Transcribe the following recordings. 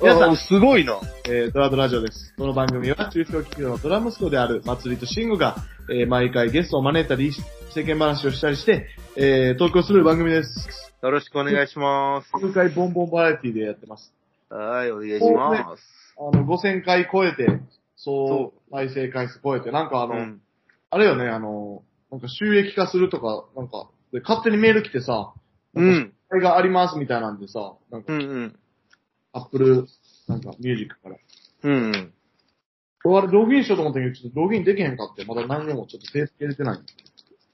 皆さんおすごいな。えードラドラジオです。この番組は中小企業のドラ息子である祭りと慎吾が、えー毎回ゲストを招いたり、世間話をしたりして、えー、投稿する番組です。よろしくお願いします。今回ボンボンバラエティでやってます。はい、お願いします。あの、5000回超えて、そう、再生回数超えて、なんかあうの、ん。あれよね、あの、なんか収益化するとか、なんか、で勝手にメール来てさ、うなんか、ん。これがありますみたいなんでさ、なんかう、んうん。アップル、なんか、ミュージックから。うん。俺、あれログインしようと思ったけど、ちょっとログインできへんかって、まだ何にもちょっと手つけれてない。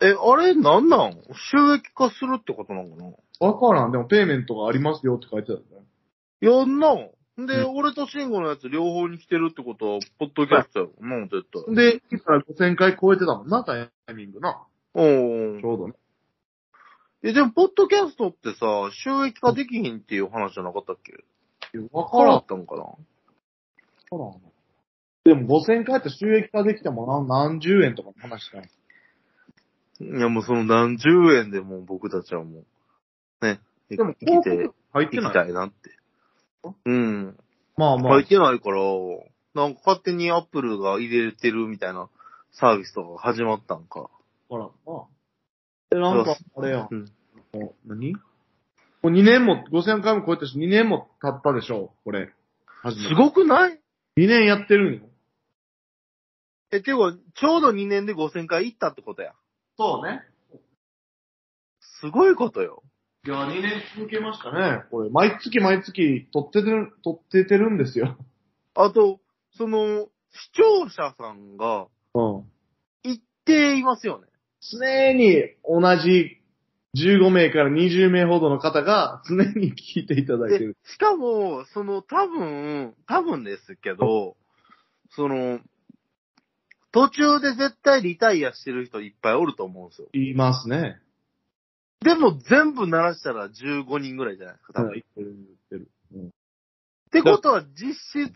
え、あれ、なんなん収益化するってことなのかなわからん。でも、ペイメントがありますよって書いてたよね。やんな。で、う俺と慎吾のやつ両方に来てるってことは、ポッドキャストやろ。もう絶対。で、いつから5000回超えてたもんな、タイミングな。おちー。ょうどね。え、でも、ポッドキャストってさ、収益化できひんっていう話じゃなかったっけわか変らわんったのかなわからん。でも、5000回って収益化できてもな何十円とかの話じゃない。いや、もうその何十円でもう僕たちはもう、ね、生でも、き生きて広告入っいてきない。たいなって。うん。まあまあ。入ってないから、なんか勝手にアップルが入れてるみたいなサービスとかが始まったんか。ほら、まあ。で、なんか、あれや。うん。もう何もう2年も、5000回も超えたし、2年も経ったでしょう、これ。すすごくない !2 年やってるんよ。え、ていうか、ちょうど2年で5000回行ったってことや。そうね。すごいことよ。いや、2年続けましたね。これ、毎月毎月、撮っててる、撮っててるんですよ。あと、その、視聴者さんがうん。一定いますよね。常に同じ15名から20名ほどの方が常に聞いていただいてでる。、しかも、その、多分、多分ですけど、その、途中で絶対リタイアしてる人いっぱいおると思うんですよ。いますね。でも全部鳴らしたら15人ぐらいじゃないですか、多分。言ってる、言ってる。ってことは実質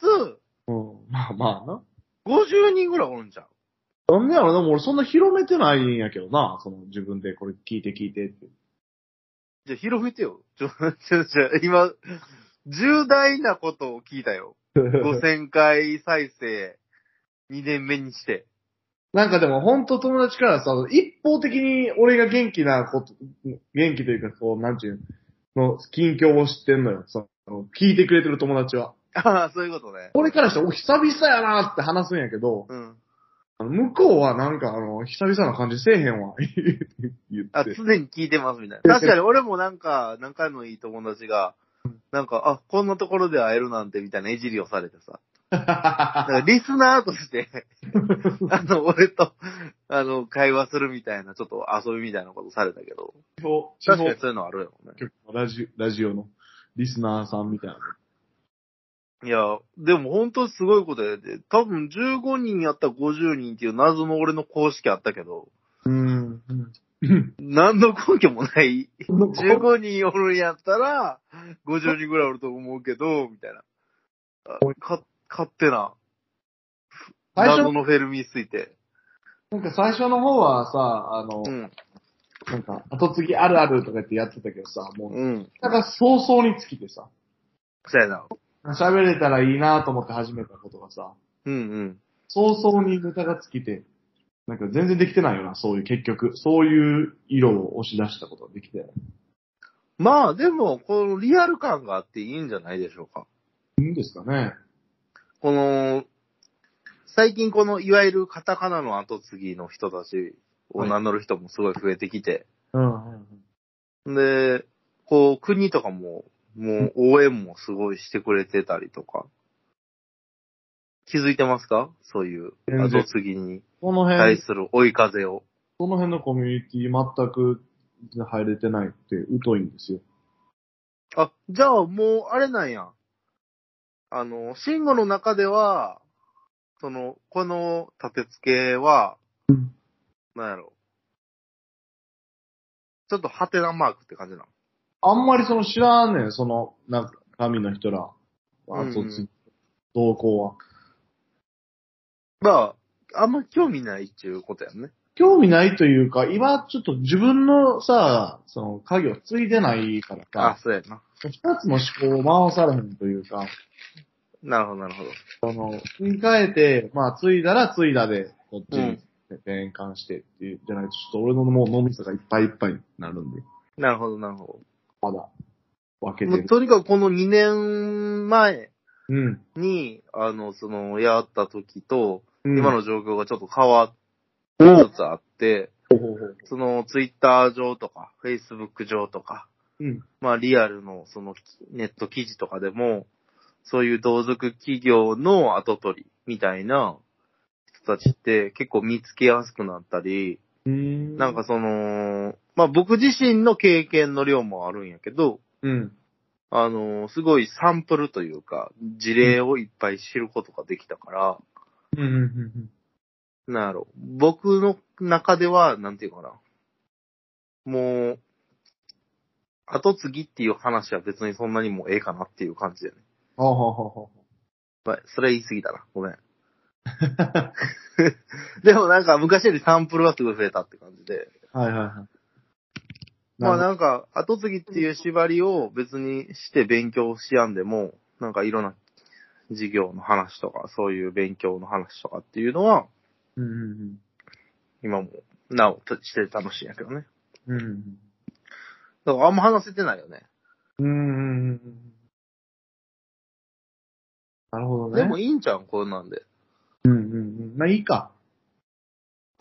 うん。まあまあな。 50人ぐらいおるんじゃん。なんでやろな、もう俺そんな広めてないんやけどな、その自分でこれ聞いて聞いてって。じゃあ広めてよ。ちょ、ちょ、ちょ、今、重大なことを聞いたよ。5000回再生2年目にして。なんかでも本当友達からさ、一方的に俺が元気なこと、元気というかこう、なんちゅうの、の近況を知ってんのよ。その、聞いてくれてる友達は。ああ、そういうことね。俺からしたらお久々やなって話すんやけど、うん。あの向こうはなんかあの、久々な感じせえへんわ。 言あ、って。常に聞いてますみたいな。確かに俺もなんか、何回もいい友達が、なんか、あ、こんなところで会えるなんてみたいないじりをされてさ。だからリスナーと して、あの、俺と、あの、会話するみたいな、ちょっと遊びみたいなことされたけど、地確方かにそういうのあるよね。局のラジラジオのリスナーさんみたいな。いや、でも本当すごいことやで、多分15人やったら50人っていう謎の俺の公式あったけど、うん。何の根拠もない。 15 15人おるんやったら、50人ぐらいおると思うけど、みたいな。あか、勝手な。最初謎のフェルミについて。なんか最初の方はさ、あの、うん。なんか、後継ぎあるあるとか言ってやってたけどさ、もう、うん。なんか早々に尽きてさ、そうやな。喋れたらいいなと思って始めたことがさ、うんうん。早々にネタが尽きて、なんか全然できてないよな、そういう結局。そういう色を押し出したことができてない。まあでも、このリアル感があっていいんじゃないでしょうか。いいんですかね。この、最近この、いわゆるカタカナの後継ぎの人たちを名乗る人もすごい増えてきて、うん、うん。で、こう、国とかも、もう応援もすごいしてくれてたりとか、気づいてますかそういう、全然後継ぎにこの辺、対する追い風を。この辺のコミュニティ全く入れてないって、疎いんですよ。あ、じゃあもう、あれなんや。あの、慎吾の中では、その、この立て付けは、うんなんやろ。ちょっとハテナマークって感じなの。あんまりその知らんねん、その、なんか、神の人ら、うん後継ぎ、同行は。まあ、あんま興味ないっていうことやね。興味ないというか、今ちょっと自分のさ、その影を継いでないからあか、そうやな。二つの思考を回されへんというか、なるほど、なるほど。その、言い換えて、まあ、継いだら継いだで、こっちうにん転換してっていう、じゃないと、ちょっと俺のもう脳みそがいっぱいいっぱいになるんで、なるほど、なるほまだ、分ど。けもてうる。とにかくこの2年前うん。に、あの、その、やった時と、うん今の状況がちょっと変わりつつあって、ほうほうほうその、ツイッター上とか、フェイスブック上とか、うん。まあ、リアルの、その、ネット記事とかでも、そういう同族企業の後取りみたいな人たちって結構見つけやすくなったり、うーん。なんか、その、まあ僕自身の経験の量もあるんやけど、うん。あの、すごいサンプルというか、事例をいっぱい知ることができたから、うんうんうんなんやろ、僕の中では、なんていうかな。もう、後継ぎっていう話は別にそんなにもうええかなっていう感じだよね。うん。はあはあはあはまあそれは言い過ぎたな。ごめん。でもなんか昔よりサンプルはすごい増えたって感じで。あ。はいはいはい。まあなるなんか、後継ぎっていう縛りを別にして勉強しやんでも、なんかいろんな授業の話とか、そういう勉強の話とかっていうのは、ほどうんうん今もなおして楽しいんやけどね。うん。うんうんだからあんま話せてないよね。うん。うんうんうん。なるほどね。でもいいんちゃうんこんなんで。うんうんうん。まあいいか。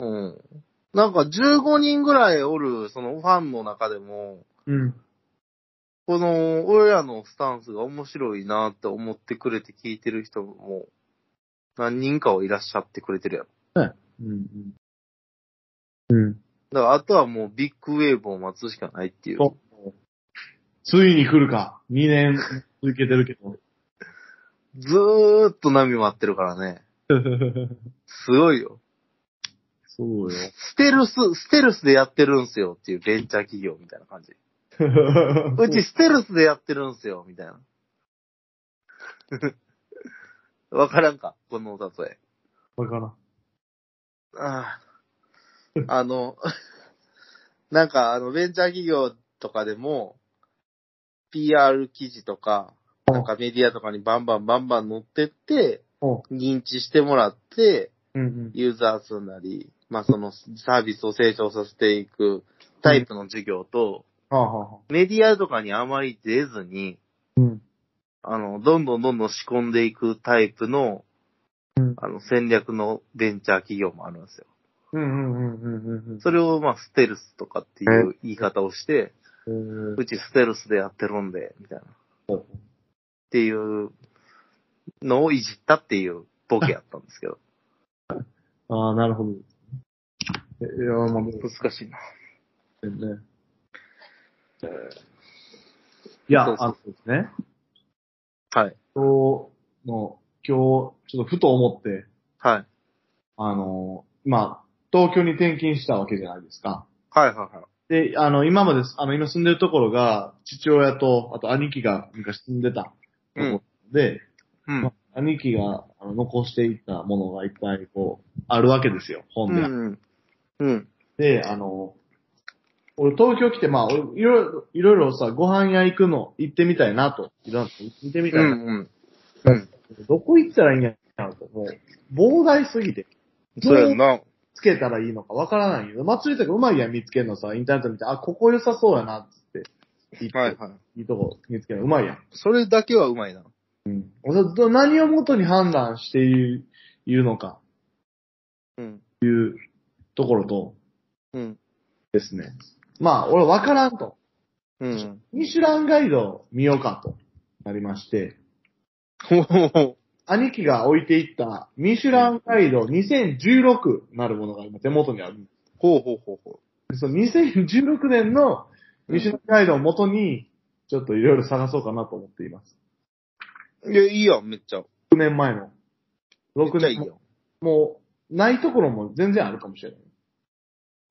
うん。なんか15人ぐらいおる、そのファンの中でも、うん。この、俺らのスタンスが面白いなって思ってくれて聞いてる人も、何人かはいらっしゃってくれてるやろ。うんうん。うん。だから、あとはもうビッグウェーブを待つしかないっていう。そうついに来るか。2年続けてるけど。ずーっと波待ってるからね。すごいよ。そう よ。ステルス、ステルスでやってるんすよっていうベンチャー企業みたいな感じ。うちステルスでやってるんすよ、みたいな。 わからんか、このお例え。わからん。ああ。あの、 なんか、あの、ベンチャー企業とかでも、PR 記事とか、なんかメディアとかにバンバンバンバン載ってって、お認知してもらって、うんうん。ユーザー数なり、まあ、そのサービスを成長させていくタイプの授業と、はあはあはあ。メディアとかにあまり出ずに、うん。あの、どんどんどんどん仕込んでいくタイプの、うんあの、戦略のベンチャー企業もあるんですよ。うんうんうんうんそれを、まあ、ステルスとかっていう言い方をして、うん。うちステルスでやってるんで、みたいな。っうん。ていうのをいじったっていうボケやったんですけど。ああ、なるほど。えいや、まあ、もう 難しいな。ね。いや、そうそうあのですね。はい。今日の、今日、ちょっとふと思って、はい。あの、まあ、東京に転勤したわけじゃないですか。はいはいはい。で、あの、今まで、あの、今住んでるところが、父親と、あと兄貴が昔住んでたところで、うんま。あ兄貴があの残していったものがいっぱい、こう、あるわけですよ、う本で。ん。うん。で、あの、俺東京来て、まあ、俺いろいろ、いろいろさ、ご飯屋行くの、行ってみたいなと。いろいろ行ってみうたいな。ん。うん。うん。どこ行ったらいいんやろと、もう、膨大すぎて、そうやんな。つけたらいいのかわからないけど、祭りとかうまいやん見つけるのさ、インターネット見て、あ、ここ良さそうやな、つって。行ってはいはい。いいとこ見つけるのうまいやん。それだけはうまいな。うん。俺ど何をもとに判断しているいるのか、うん。いうところとうん。ですね。まあ、俺わからんと。うん。ミシュランガイドを見ようかとなりまして、 ほほほ。兄貴が置いていったミシュランガイド2016なるものが今手元にある。ほうほうほうほでその2016年のう。ミシュランガイドを元に、ちょっといろいろ探そうかなと思っています。いや、いいやん、めっちゃ。 6年前の。6めっちゃ年いい前やん。もう、ないところも全然あるかもしれない。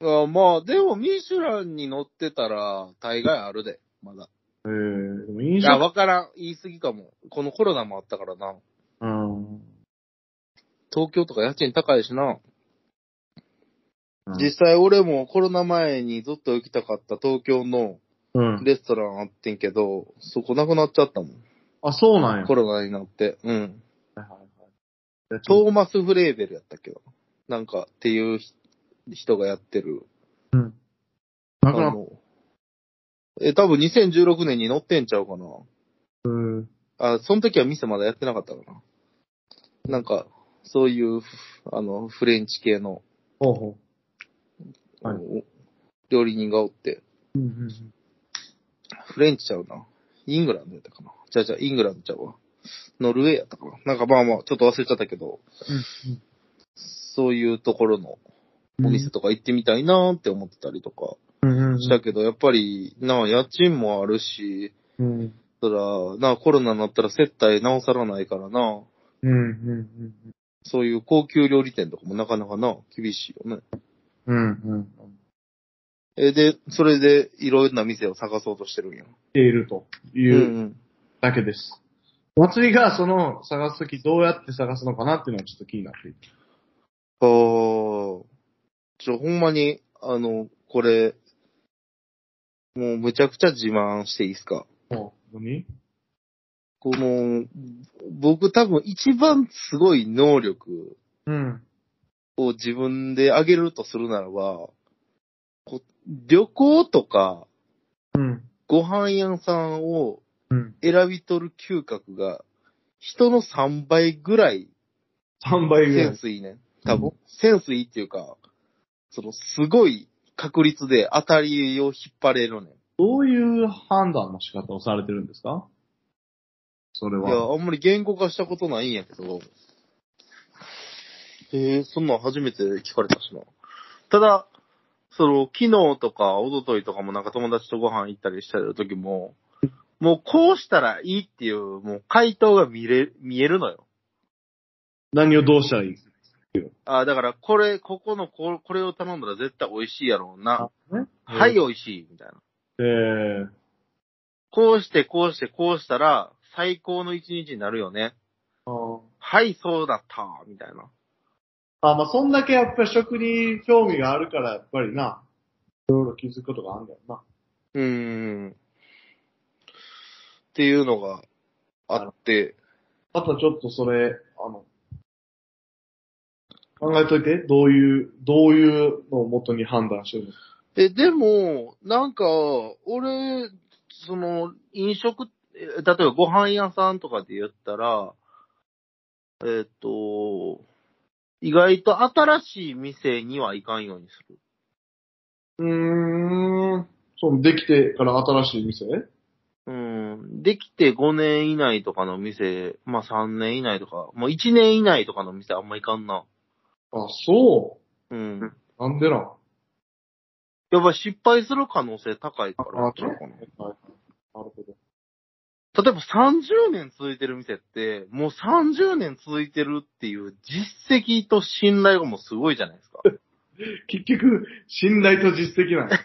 あまあ、でも、ミシュランに乗ってたら、大概あるで、まだ。えー、でも飲いや、食、わからん。言い過ぎかも。このコロナもあったからな。うん。東京とか家賃高いしな。うん実際俺もコロナ前にずっと行きたかった東京のうん。レストランあってんけど、そこなくなっちゃったもん。あ、そうなんやコ。ロナになって。うん。はいはい。トーマス・フレーベルやったっけど。なんか、っていうひ人がやってる。なかなあか、のえ、多分2016年に乗ってんちゃうかな。うん。あ、その時は店まだやってなかったかな。なんか、そういう、ふあの、フレンチ系の、ほうほはいお料理人がおって、う。うんうんフレンチちゃうな。イングランドやったかな。じゃあじゃあイングランドちゃうわ。ノルウェーやったかな。なんかまあまあ、ちょっと忘れちゃったけど、そういうところのうん。お店とか行ってみたいなーって思ってたりとかうんうん。したけど、やっぱり、なあ、家賃もあるし、うん。そら、なあ、コロナになったら接待直さらないからな、うんうんそういう高級料理店とかもなかなかな、厳しいよね。うん。うんうん。え、で、それでいろんな店を探そうとしてるんや。しているとういうだけです。お祭りがその探すときどうやって探すのかなっていうのはちょっと気になっていて。あーちょ、ほんまに、あの、これ、もうむちゃくちゃ自慢していいですかほう。何この、僕多分一番すごい能力うん。を自分で上げるとするならば、こ旅行とかうん。ご飯屋さんをうん。選び取る嗅覚が人の3倍ぐらい3倍ぐセらンい。スいいね。多分、センスいいっていうか、その、すごい確率で当たりを引っ張れるね。どういう判断の仕方をされてるんですかそれいや、は。あんまり言語化したことないんやけど。へえそんなん初めて聞かれたしな。ただ、その、昨日とか、一昨日とかもなんか友達とご飯行ったりしてる時も、もうこうしたらいいっていう、もう回答が見れ、見えるのよ。何をどうしたらいいあだから、これ、ここのこ、これを頼んだら絶対美味しいやろうな。ねはい、。美味しい、みたいな。えー、こうして、こうして、こうしたら、最高の一日になるよね。あーはい、そうだった、みたいな。あ、まあ、そんだけやっぱり食に興味があるから、やっぱりな、いろいろ気づくことがあるんだよな。うーん。っていうのがあって、あとはちょっとそれ、あの、考えといて、どういう、どういうのをもとに判断してるのか。え、でも、なんか、俺、その、飲食、え例えばご飯屋さんとかで言ったら、えっと、意外と新しい店には行かんようにする。うーん。そう、できてから新しい店うん。できて5年以内とかの店、まあ3年以内とか、もう1年以内とかの店あんま行かんな。あ、そうん。う。なんでなん。やっぱ失敗する可能性高いからあ、ちゃうかな。はいはい。なるほど。例えば30年続いてる店って、もう30年続いてるっていう実績と信頼がもうすごいじゃないで すか。結局、信頼と実績なんや。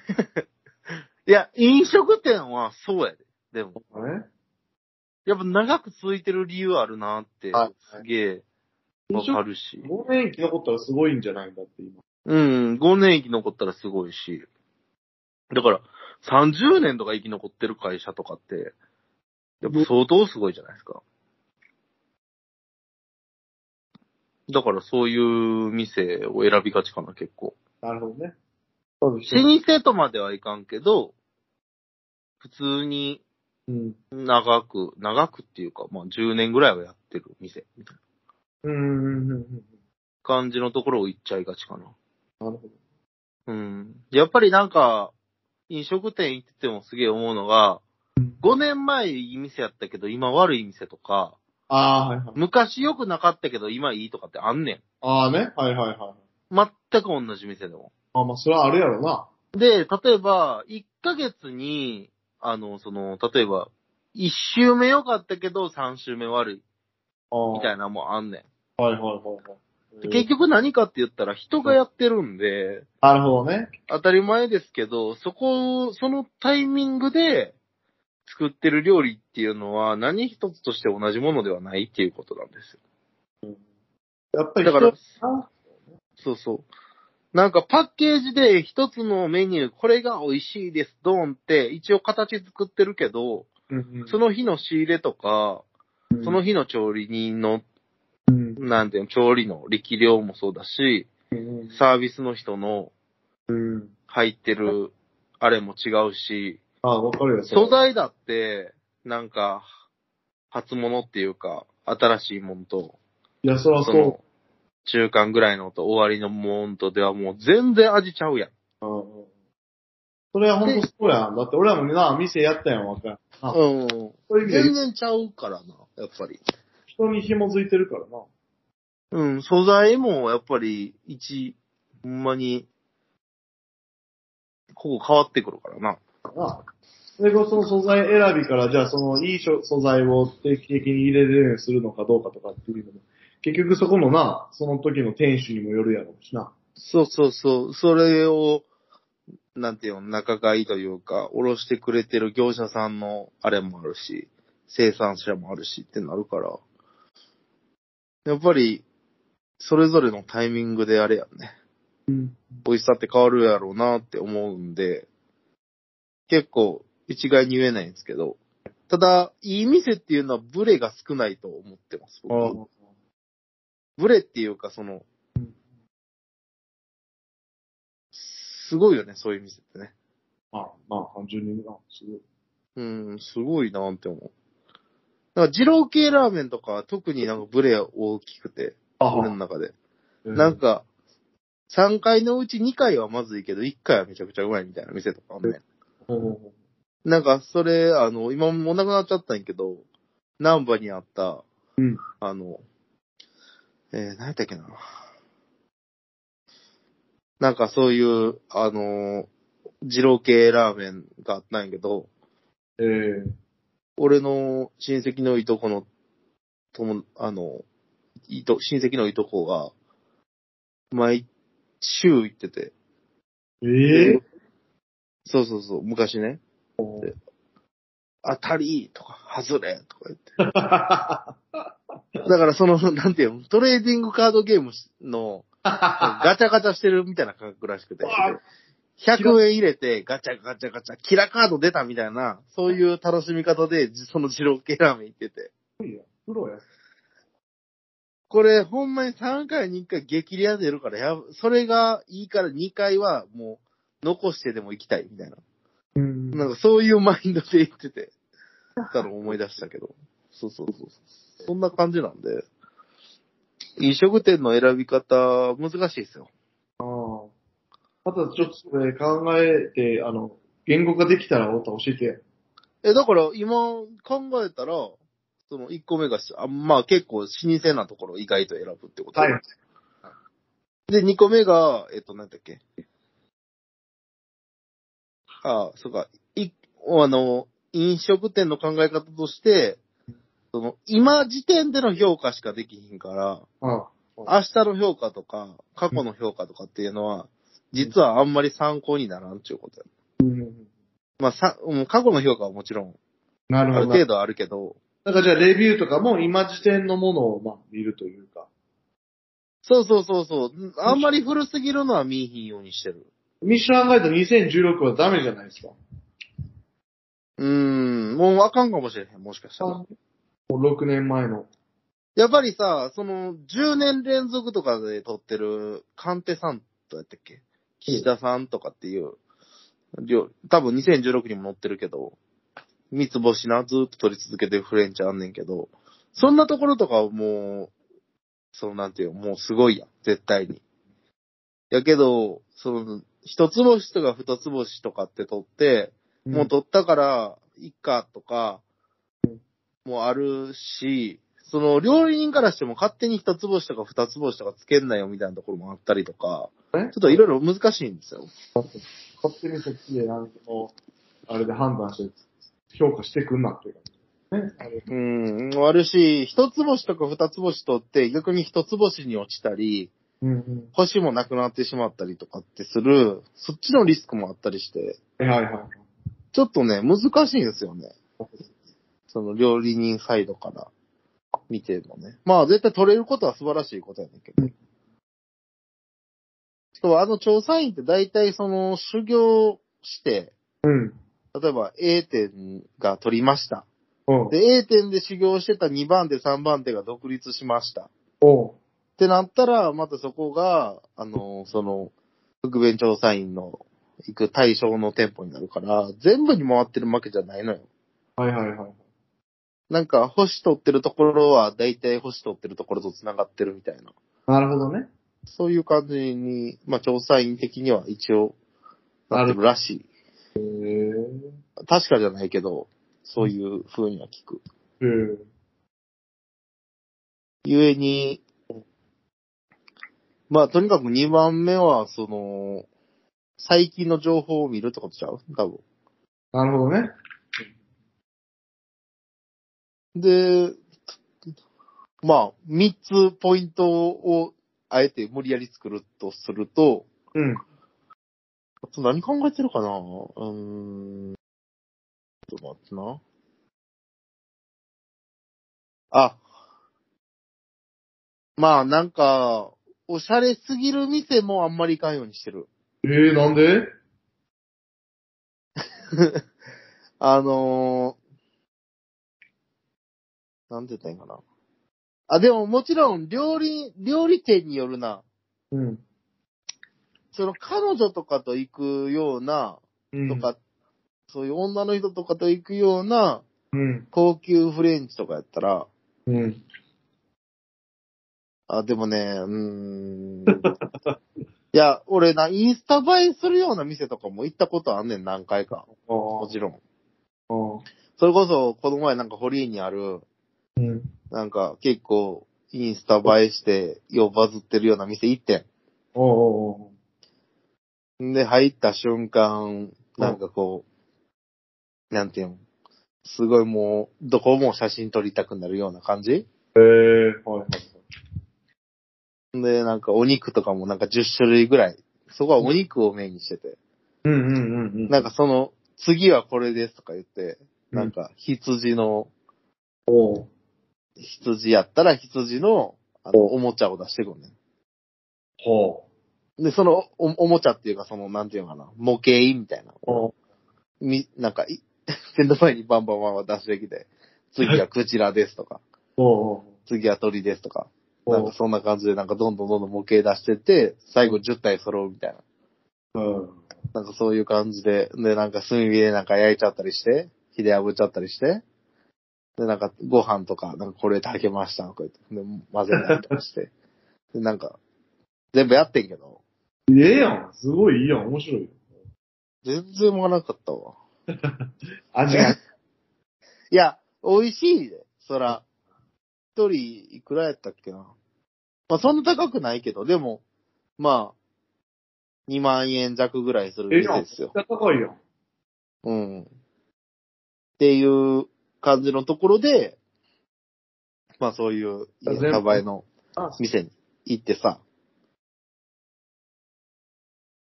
いや、飲食店はそうやで。でも、ね。やっぱ長く続いてる理由あるなって、はいすげえわかるし。 5年生き残ったらすごいんじゃないんだって今。うん、5年生き残ったらすごいし。だから、30年とか生き残ってる会社とかって、やっぱ相当すごいじゃないですか。だからそういう店を選びがちかな、結構。なるほどね。そうで老舗とまではいかんけど、普通にうん。長く、長くっていうか、まあ10年ぐらいはやってる店、みたいなうんうんうんうん。感じのところを行っちゃいがちかな。なるほど。うん。やっぱりなんか、飲食店行っててもすげえ思うのが、5年前いい店やったけど今悪い店とか、ああ、はいはい。昔良くなかったけど今いいとかってあんねん。ああね。はいはいはい。全く同じ店でも。あまあ、それはあるやろな。で、例えば、1ヶ月に、あの、その、例えば、1周目良かったけど3周目悪いああ。みたいな。なのもあんねはいはいはいはん。い。で結局何かって言ったら人がやってるんで、なるほどね。当たり前ですけど、そこを、そのタイミングで作ってる料理っていうのは何一つとして同じものではないっていうことなんですよ。やっぱりだから人あそうそう。なんかパッケージで一つのメニュー、これが美味しいです、ドーンって一応形作ってるけど、うんうんその日の仕入れとか、その日、日の調理人のなんていうの、調理の力量もそうだし、うん。サービスの人のうん。入ってる、あれも違うし、あ、わかるよ。それ素材だって、なんか、初物っていうか、新しいもんと、いや、そらそその、中間ぐらいのと終わりのもんとではもう全然味ちゃうやん。う。うんそれは本当そうやん。だって俺らもな、店やったやん、わかる。あうん。そういう意味で然ちゃうからな、やっぱり。人に紐づいてるからな。うん、素材もやっぱり、一、ほんまに、ここ変わってくるからな。なあ。それこそ素材選びから、じゃあそのいい素材を定期的に入れるようにするのかどうかとかっていうのも、結局そこのな、その時の店主にもよるやろうしな。そうそうそう。それを、なんていうの、仲買というか、おろしてくれてる業者さんのあれもあるし、生産者もあるしってなるから、やっぱり、それぞれのタイミングであれやね。うん。美味しさって変わるやろうなって思うんで、結構一概に言えないんですけど、ただ、いい店っていうのはブレが少ないと思ってます。僕あブレっていうか、その、すごいよね、そういう店ってね。あ。あまあ、単純にな、すごい。うん、すごいなって思う。だから、二郎系ラーメンとかは特になんかブレ大きくて、俺のあ、中で。うなんか、3回のうち2回はまずいけど、1回はめちゃくちゃうまいみたいな店とかあんねん。ほうほうほなんか、それ、あの、今もうなくなっちゃったんやけど、南波にあった、うんあの、えー、何やったっけな。なんかそういう、あの、二郎系ラーメンがあったんやけど、うえ俺の親戚のいとこの、とも、あの、いと、親戚のいとこが、毎週行ってて、えええそうそうそう、昔ね、当たりとか、外れとか言って、 だからその、なんていうの、トレーディングカードゲーム の、ガチャガチャしてるみたいな感覚らしくて、わ100円入れて、ガチャガチャガチャ、キラカード出たみたいな、そういう楽しみ方で、じその二郎系ラーメン行ってて。プロや。これ、ほんまに3回に1回激レア出るからやば、それがいいから2回はもう、残してでも行きたいみたいな。うんなんかそういうマインドで行ってて、たの思い出したけど。そうそうそうそう。そんな感じなんで、飲食店の選び方、難しいですよ。ああ。またちょっとそれ考えて、あの、言語化できたら、おた教えて。え、だから今考えたら、その1個目がし、あまあ結構老舗なところ意外と選ぶってこと。はい。で、2個目が、えっと、なんだっけ。ああ、そうか。い、あの、飲食店の考え方として、その、今時点での評価しかできひんから、ああ。明日の評価とか、過去の評価とかっていうのは、実はあんまり参考にならんっていうことや。うん。まあ、さ、もう過去の評価はもちろん、なあるほるどな。程度あるけど、なんかじゃあレビューとかも今時点のものをまあ見るというか。そうそうそうそう。あんまり古すぎるのは見えひんようにしてる。ミシュランガイド2016はダメじゃないですか。うーん、もうあかんかもしれへん、もしかしたらも。う6年前の。やっぱりさ、その、10年連続とかで撮ってる、鑑定さんとやったっけ岸田さんとかっていう、料多分2016にも載ってるけど、三つ星な、ずーっと撮り続けてるフレンチあんねんけど、そんなところとかはもう、そのなんていうの、もうすごいやん、絶対に。やけど、その、一つ星とか二つ星とかって撮って、もう取ったから、いっかとか、もあるし、その料理人からしても勝手に一つ星とか二つ星とかつけんなよみたいなところもあったりとか、えちょっといろいろ難しいんですよ。勝手にそっちでなんかもう、あれで判断して、評価してくんなっていう感じ。ね。あれうん、あるし、一つ星とか二つ星取って逆に一つ星に落ちたり、うんう星もなくなってしまったりとかってする、そっちのリスクもあったりして、ん。はいはいはい。ちょっとね、難しいんですよね。その料理人サイドから見てもね。まあ絶対取れることは素晴らしいことやねんけど。しかもあの調査員って大体その修行して、うん。例えば A 点が取りました。うん。で、A 点で修行してた2番手、3番手が独立しました。おう。ってなったら、またそこが、あの、その、副弁調査員の行く対象の店舗になるから、全部に回ってるわけじゃないのよ。はいはいはい。なんか、星取ってるところは、だいたい星取ってるところと繋がってるみたいな。なるほどね。そういう感じに、まあ、調査員的には一応、なってるらしへい。え。確かじゃないけど、そういう風には聞く。うん。故に、まあ、とにかく2番目は、その、最近の情報を見るってことちゃう多分。なるほどね。で、まあ、3つポイントを、あえて無理やり作るとすると、うん。あと何考えてるかなうーん。ちょっと待ってな。あ。まあなんか、おしゃれすぎる店もあんまり行かんようにしてる。ええなんであのー、なんて言ったらいいんかな。あ、でももちろん料理、料理店によるな。うん。その彼女とかと行くような、うん。とか、そういう女の人とかと行くような、うん。高級フレンチとかやったら、うん。あ、でもね、うーん。 いや、俺な、インスタ映えするような店とかも行ったことあんねん、何回か。ああ。もちろん。ろそれこそ、この前なんかホリーにある、ん。うん。なんか結構、インスタ映えして、ようバズってるような店行って。おうおうおうんんで、入った瞬間、なんかこう、なんていうの、すごいもう、どこも写真撮りたくなるような感じええはいはい。んで、なんかお肉とかもなんか10種類ぐらい。そこはお肉をメインにしてて。うんうんうんうん。なんかその、次はこれですとか言って、うんなんか羊の、おう羊やったら羊の、あの、おもちゃを出してくんねほん。で、そのお、おもちゃっていうか、その、なんていうのかな、模型みたいな。う。おうみ、なんか、い 線路前にバンバンバンバン出してきて、次はクジラですとか、おう次は鳥ですとか、おなんかそんな感じで、なんかどんどんどんどん模型出してって、最後10体揃うみたいな。うん。なんかそういう感じで、で、なんか炭火でなんか焼いちゃったりして、火で炙っちゃったりして、で、なんかご飯とか、なんかこれ炊けましたとか言って、で、混ぜたりとかして、で、なんか、全部やってんけど、ええやん。すごいいいやん。面白いよ。全然回らなかったわ。味が。いや、美味しいで、そら。一人いくらやったっけな。まあそんな高くないけど、でも、まあ、2万円弱ぐらいするええ店やん。ですよ。高いやん。うん。っていう感じのところで、まあそういうインスタ映えのあ、店に行ってさ、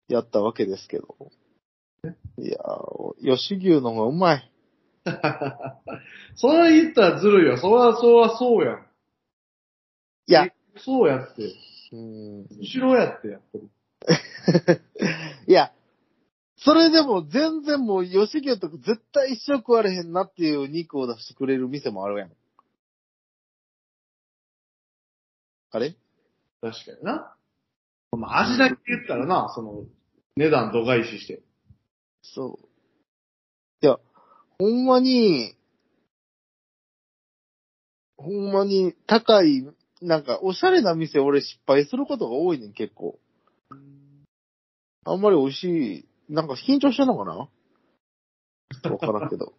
やったわけですけど。いやー、吉牛の方がうまい。それ言ったらずるいよ。それは、それはそうやん。いや、そうやって。うん、後ろやってやってる。いや、それでも全然もう吉牛とか絶対一生食われへんなっていう肉を出してくれる店もあるやん。あれ確かにな。まあ、味だけ言ったらな、その、値段度外視して。そう。いや、ほんまに、ほんまに高い、なんかおしゃれな店俺失敗することが多いねん結構。あんまり美味しい、なんか緊張してんのかなわからんけど。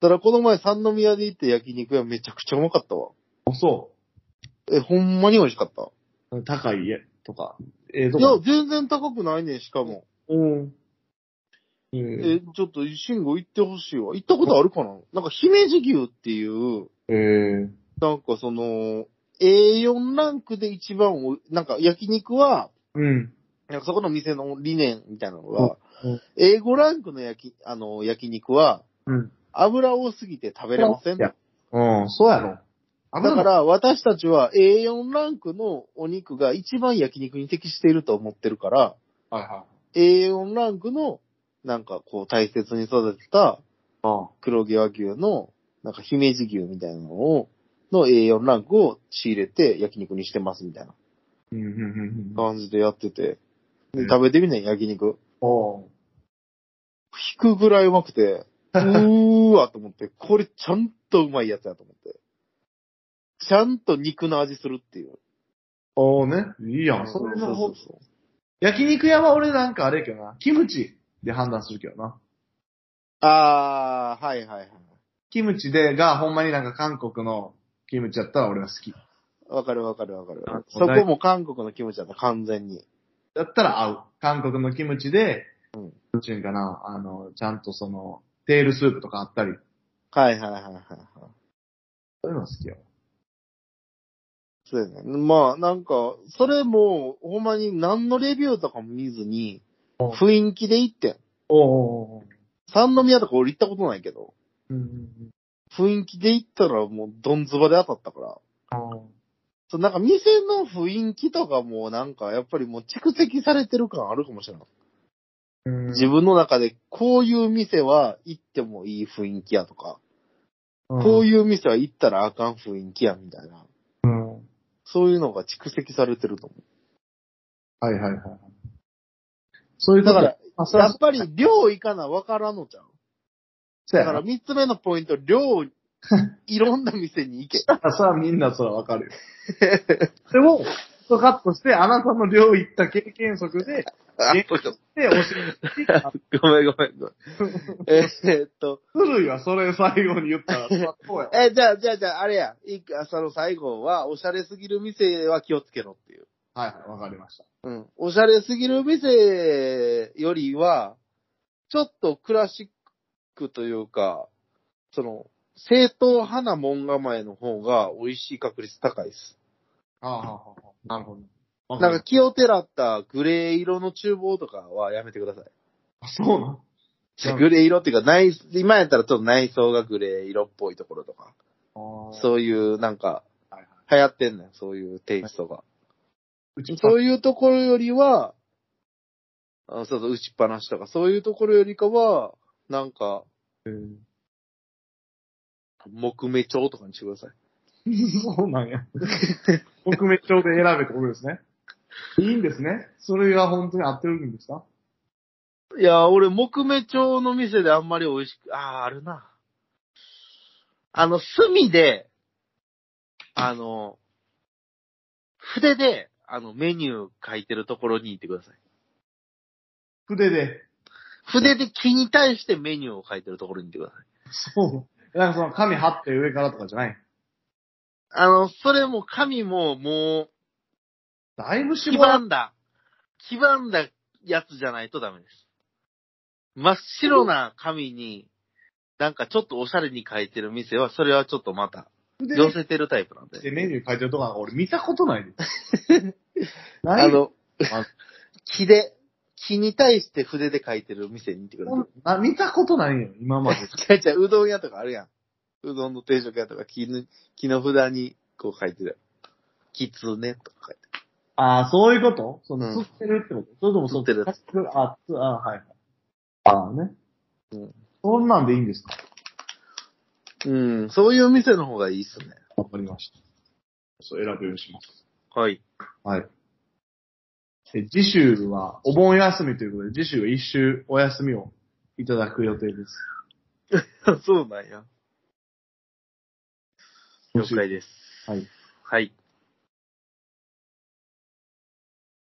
だからこの前三宮で行って焼肉屋めちゃくちゃうまかったわ。あ、そえ、ほんまに美味しかった。う。高い家とか。ええといやこ。、全然高くないねん、しかも。うん。ええ、ちょっと、慎吾行ってほしいわ。行ったことあるかななんか、姫路牛っていう、えー。なんかその、A4 ランクで一番お、なんか焼肉は、うん。なんかそこの店の理念みたいなのがうんうん、 A5 ランクの焼き、あの、焼肉は、うん。油多すぎて食べれません。いだやうん、そうやろ。あかから私たちは A4 ランクのお肉が一番焼肉に適していると思ってるから、はいはい。 A4 ランクの、なんかこう大切に育てたあ黒毛和牛の、なんか姫路牛みたいなのをの A4 ランクを仕入れて焼肉にしてますみたいなうんうんうんうん。あ感じでやってて。うでん食べてみねん、焼肉。あ。引くぐらいうまくて、うーわと 思って、これちゃんとうまいやつやと思って。ちゃんと肉の味するっていう。おーね。いいやん。それの方焼肉屋は俺なんかあれやけどな。キムチで判断するけどな。あー、はいはいはい。キムチで、がほんまになんか韓国のキムチやったら俺は好き。わかるわかるわかるあ。そこも韓国の気持ちだった、完全に。だったら合う。韓国のキムチで、うんなんちゅうんかな、あの、ちゃんとその、テールスープとかあったり。はいはいはいはいはい。そういうの好きよ。そうやね。まあなんか、それも、ほんまに何のレビューとかも見ずに、うん雰囲気で行ってん。おーおーおー三宮とか俺行ったことないけど、うんうんうん。雰囲気で行ったらもうドンズバで当たったから。あーそう、なんか店の雰囲気とかもなんかやっぱりもう蓄積されてる感あるかもしれない。うん自分の中でこういう店は行ってもいい雰囲気やとか、こういいう店は行ったらあかん雰囲気やみたいな。うん。はいそういうのが蓄積されてると思。はいはいはい。そういううとだこから、、あ、それやはっぱり量いかなわからんのじゃん。そうだやかなら三つ目のポイント、量、いろんな店に 行け。あそれはみんなそれはわかるよ。でも、カットして、あなたの量行った経験則で、えで、おしごめんごめんごめん。えーっと、ずるいわ、それ最後に言ったら、そらそうや。 え、じゃあ、じゃあ、じゃあ、あれや。いくその最後は、おしゃれすぎる店は気をつけろっていう。はいはい、わかりました。うん。おしゃれすぎる店よりは、ちょっとクラシックというか、その、正当派な門構えの方が美味しい確率高いです。ああ、はあはあなるほど。わなんりか気をてらったグレー色の厨房とかはやめてください。ましたそうなんうんグレー色っていうか内、今やったらちょっと内装がグレー色っぽいところとか、う。そういうなんかはいはい流行ってんねん、そういうテイストが。うちそういうところよりは、あそうそう、打ちっぱなしとか、そういうところよりかは、なんか、木目調とかにしてください。そうなん や。北名帳で選べってことですね。いいんですね。それが本当に合ってるんですかいや、俺、木目調の店であんまり美味しく、ああ、あるな。あの、炭で、あの、筆で、あの、メニュー書いてるところに行ってください。筆で。筆で木に対してメニューを書いてるところに行ってください。そう。なんかその紙貼って上からとかじゃない。あの、それも紙ももう、だいぶ黄絞らばんだ、黄ばんだやつじゃないとダメです。真っ白な紙に、なんかちょっとおしゃれに書いてる店は、それはちょっとまた、筆で寄せてるタイプなんでで。メニュー書いてるとこなんか俺見たことないで。 なあいのあ、木で、木に対して筆で書いてる店に行ってくだこさんな見たことないよ、今まで。い。違う違う、うどん屋とかあるやん。うどんの定食屋とか、木の木の札にこう書いてる。きつねとか書いて ああ、そういうことその、うん吸ってるってことそれとも吸ってるやつ。あ、つ、あはいはい。ああね。うんそんなんでいいんですかある。うん、そういう店の方がいいっすね。わかりました。そう、選ぶようにします。 はい。はい。え次週はお盆休みということで、次週は一週お休みをいただく予定です。そうなんや。了解です。はい。はい。